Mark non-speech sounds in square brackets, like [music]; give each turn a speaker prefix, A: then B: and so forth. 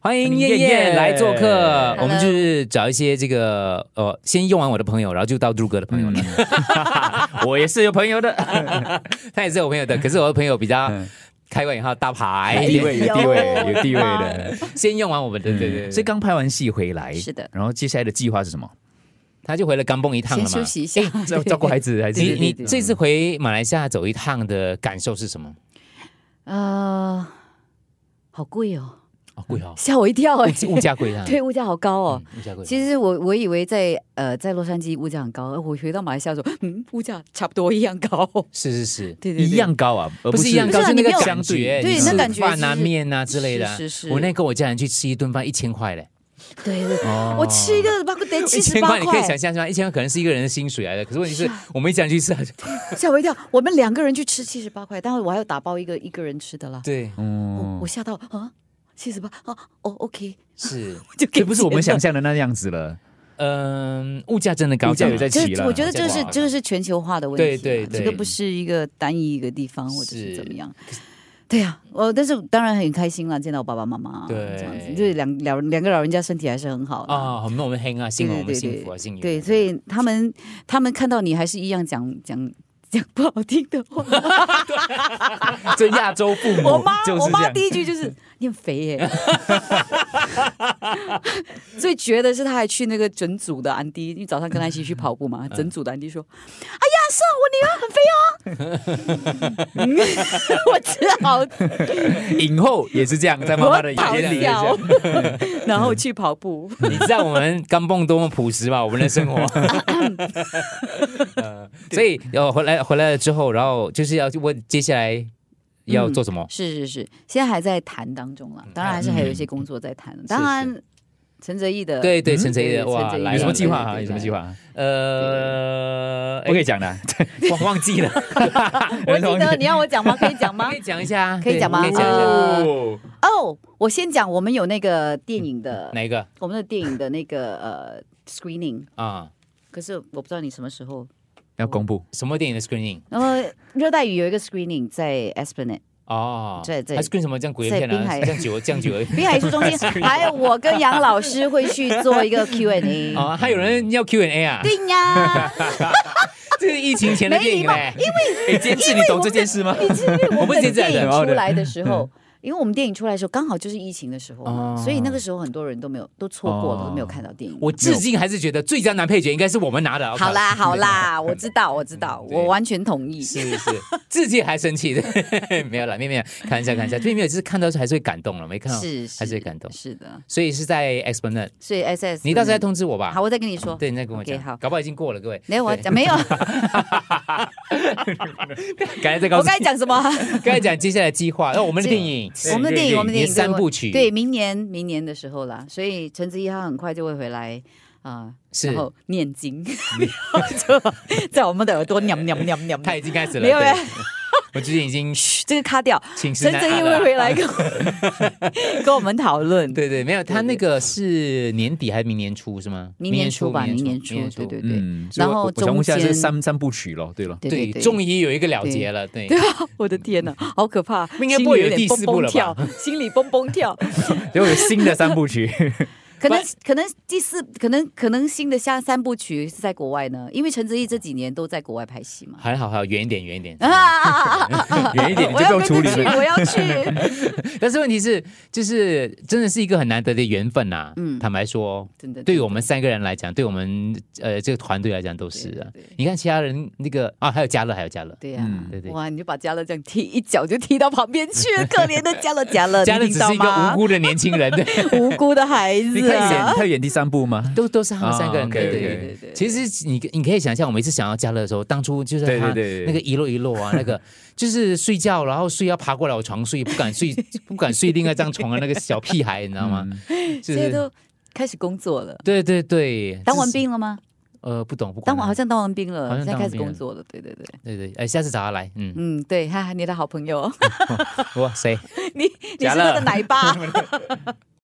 A: 欢迎
B: 燕
A: 燕
B: 燕
A: 燕来做客。
C: Hello
A: 我们就是找一些这个呃，先用完我的朋友，然后就到杜哥的朋友了。
B: 我也是有朋友 [laughs] 的，
A: [laughs] 他也是我朋友的，可是我的朋友比较
B: 嗯
A: 开外引号大牌
B: 有
A: 一
B: 地
A: 点。
B: 位哎有啊地位有地位 [laughs] 的。
A: [laughs] 先用完我们的，对对对。
B: 所以刚拍完戏回来，
C: 是的
B: 然后接下来的计划是什 [laughs] 么？
A: 他就回了甘蹦一趟了
C: 先
A: 嘛
C: 休。息一下。
B: 照 [laughs] 照顾孩子还
A: 你
B: 是？
A: 你
C: 对
A: 这次回马来西亚走一趟的感受是什么？
C: 呃，好贵哦，
A: 哦，贵哦，
C: 吓我一跳哎、
A: 物价贵啊。
C: [laughs] 对，物价好高哦。
A: 嗯，物价贵。
C: 其实我我以为在呃在洛杉矶物价很高，呃我回到马来西亚说， [laughs] 嗯，物价差不多一样高。 [laughs]
A: 是是是。
C: 对对对，
B: 一样高啊，而
A: 不是一样高，
C: 不是啊
A: 就那个
C: 你没有
A: 感觉，
C: 对
A: 你
C: 那
A: 吃
C: 感觉
A: 饭啊、
C: 就是
A: 面啊之类的啊。
C: 是是是
A: 我那跟我家人去吃一顿饭一千块嘞，
C: 对对。
B: 哦
C: 我吃一个巴克 [laughs] 得
A: 一
C: 七十
A: 千
C: 八
A: 块你可以想
C: 块，啊
A: 象是吧？一千块可能是一个人的薪水来的，可是问题是我们一家人去吃，
C: 吓我一跳！我们两个人去吃七十八块，但我还要打包一个一个人吃的啦。
A: 对，
C: 我
B: 嗯
C: 我，吓到啊，七十八啊，哦，OK， [laughs]
A: 是，
C: 就
B: 这不是我们想
C: 象。
B: 象的那样子
C: [laughs]
B: 了。
A: 嗯，物价真的高
B: 物价
A: 涨啊，
B: 有在
C: 这
B: 起了
C: 我觉得这
A: 这
C: 是
A: 个
C: 这个是全球化的问题
A: 对
C: 啊，
A: 对对
C: 这个不是一个单一一个地方或者是
A: 是
C: 怎么样。对呀、我但是当然很开心啦，见到我爸爸妈妈，
A: 对
C: 这样子，就是两两两个老人家身体还是很好的。
A: 啊，我们我们 hang 啊，
C: 对
A: 幸福，我
C: 对对
A: 们
C: 对
A: 幸福啊，幸运。
C: 对，所以他们他们看到你还是一样讲讲讲不好听的话。
B: 这亚洲父 [laughs]
C: 我
B: 母
C: 妈
B: 就
C: 我
B: 是这
C: 妈
B: 样。
C: 第一句
B: [laughs]
C: 就是你很肥耶、 [laughs] 最绝的是她还去那个整组的安迪，因为早上跟她一起去跑步
B: 嗯
C: 嘛，整组的安迪说：“哎呀，是啊，我女儿很肥哦。” [laughs] 我只好
B: 影后也是这样，在妈妈的
C: 我跑
B: 眼里也是这样
C: 掉， [laughs] 然后去跑步。
A: 你知道我们甘蹦多么朴实吧？我们的生
C: [laughs]
A: 活。呃所以呃，回来回来了之后，然后就是要问接下来要
C: 嗯
A: 做什么？
C: 是是是，现在还在谈当中了，当然还是还有一些工作在谈。当然，陈泽毅的
A: 对对，
B: 嗯
A: 陈
C: 对
A: 谁的
C: 对
A: 哇，
C: 陈
A: 来
C: 泽宇
A: 了
B: 有什么计划
C: 对
B: 啊？
C: 对
B: 有什么计划啊？
A: 呃，哎
B: 我可以讲
C: [laughs]
B: 的啊，
A: 忘忘记了，
C: 我记得你让我讲吗？可以讲吗
A: 可以？讲一下，啊
C: 可以讲吗
A: 可以讲一下
C: 呃哦，我先讲，我们有那个电影的
A: 嗯哪一个
C: 我们的电影的那个呃 screening，
A: 啊？
C: 可是我不知道你什么时候。
B: 要公布
A: 什么电影的 screening？
C: 然后热带雨有一个 screening 在 Esplanade，
A: 哦，
C: 对对
A: 还是跟什么这样鬼片
C: 在滨
A: 啊，
C: 海
A: 这样
C: [laughs]
A: 久这样久而已。 [laughs]
C: 滨海艺术中心，还有我跟杨老师会去做一个 Q&A。
A: 啊，还有人要 Q&A 啊？
C: 对呀，
A: [laughs] 这是疫情前的电影嘞，
B: 哎，监制，你懂这件事吗？
C: 你知道我
A: 我
C: 们
A: 们
C: 的
A: 现在
C: 电
A: 的
C: 影出来的时候。因为我们电影出来的时候，刚好就是疫情的时候嘛，
A: 嗯哦
C: 所以那个时候很多人都没有都错过了，
B: 哦
C: 都没有看到电影。
A: 我至今还是觉得最佳男配角应该是
C: [laughs]
A: 我们拿的。
C: 好啦好啦，我知道我知道，
A: [laughs] 嗯对
C: 我完全同意。
A: 是是，
C: [laughs]
A: 自己还生气 [laughs] 的，没有啦，没有没有，看一下看一下，并没有，就是看到还是会感动了，没看到，
C: 是
A: 还是会感动。
C: 是的，
A: 所以是在 Exponent，
C: 所以 S S，嗯
A: 你到时候再通知我吧。
C: 好，，我再跟你说。
A: 对，你再跟我讲。
C: OK，好
A: 搞不好已经过了，各位。
C: 没有我
A: 对
C: 讲没有，啊
A: [laughs] 刚才在告
C: 我
A: 诉
C: 刚才讲什么？
A: 你，刚才讲接下来计划，那哦我们的
C: 这
A: 电影，
C: [laughs] 我们的电影，我们的电
A: 你
C: 影
A: 三部曲，
C: 对，，明年明年的时候啦，所以陈子怡他很快就会回来啊、
A: 是
C: 然后念经，然后 [laughs] 就在我们的耳朵念念念念，
A: 他已经开始了。
C: 没有没有
A: 对， [laughs] 我最近已经
C: 嘘这个卡掉，
A: 寝食
C: 陈
A: 难
C: 子怡
A: 安
C: 会
A: 了。
C: 回来跟我跟我们 [laughs] 讨论，
A: 对对，没有，他
C: 对
A: 那个是年底还是明年初是吗？
C: 明年初吧，明年初，对对对，
B: 嗯，
C: 然后
B: 所以我我想问一下
C: 中间
B: 是三三部曲咯，对咯。
C: 对
A: 对
C: 对，
A: 终于有一个了结了，对。
C: [laughs] 我的天呐，好可怕！
A: 应该不会有第四部了吧
C: 心里有点蹦蹦跳，心里蹦蹦跳。
B: 又有新的三部
C: [laughs]
B: 曲，
C: 可能可能第四，可能可能新的下三部曲是在国外呢，因为陈泽毅这几年都在国外拍戏
A: [laughs]
C: 嘛。
A: 还好，还好，远一点，远一点。
C: 啊！
B: 远一点你就不用处理了。
C: 我要跟着去，我要去。
A: 但是问题是，就是真的是一个很难得的缘分呐、
C: 嗯
A: 坦白说，
C: 真的，
A: 对于我哦们三个人来讲，对我们呃这个团队来讲都是啊
C: 对对对。
A: 你看其他人那个啊，还有嘉乐，还有嘉乐，
C: 对呀、
B: 嗯
A: 对对。
C: 哇！你就把嘉乐这样踢一脚就踢到旁边去了，可怜的嘉乐，嘉乐，
A: 嘉乐
C: 你
A: 只
C: 听到
A: 是一个
C: 吗啊
A: 无辜的年轻
C: [laughs]
A: 人，对，
C: 无辜的孩
B: 你
C: 子
B: 看演
C: 啊！
B: 他演第三部吗？
A: 都都是他们三个人，
B: 啊
A: 对
B: OK，OK
A: 对
C: 对
A: 对。
C: 对对，
A: 其实你你可以想象，我每次想要嘉乐的时候，当初就是
B: 对
A: 他
B: 对对对
A: 那个一落一落啊，那个就是睡觉，然后睡要爬过来我床睡，不敢睡，不敢睡另外一张床的那个小屁孩，你知道吗？
B: 嗯
A: 就
C: 现在
A: 是
C: 都开始工作了。
A: 对对对，
C: 当完
A: 就是
C: 兵了吗？
A: 呃不懂不管
C: 当
A: 了，
C: 完好像当完兵
A: 好
C: 了，
A: 像
C: 现在
A: 当完
C: 开始
A: 兵了
C: 工作了。对对对，
A: 对对，哎，下次找他来，嗯，
C: 嗯，对， [laughs] 哈，你的好朋友，
A: 我谁？
C: 你是
A: 嘉
C: 他的
A: 乐
C: 奶爸。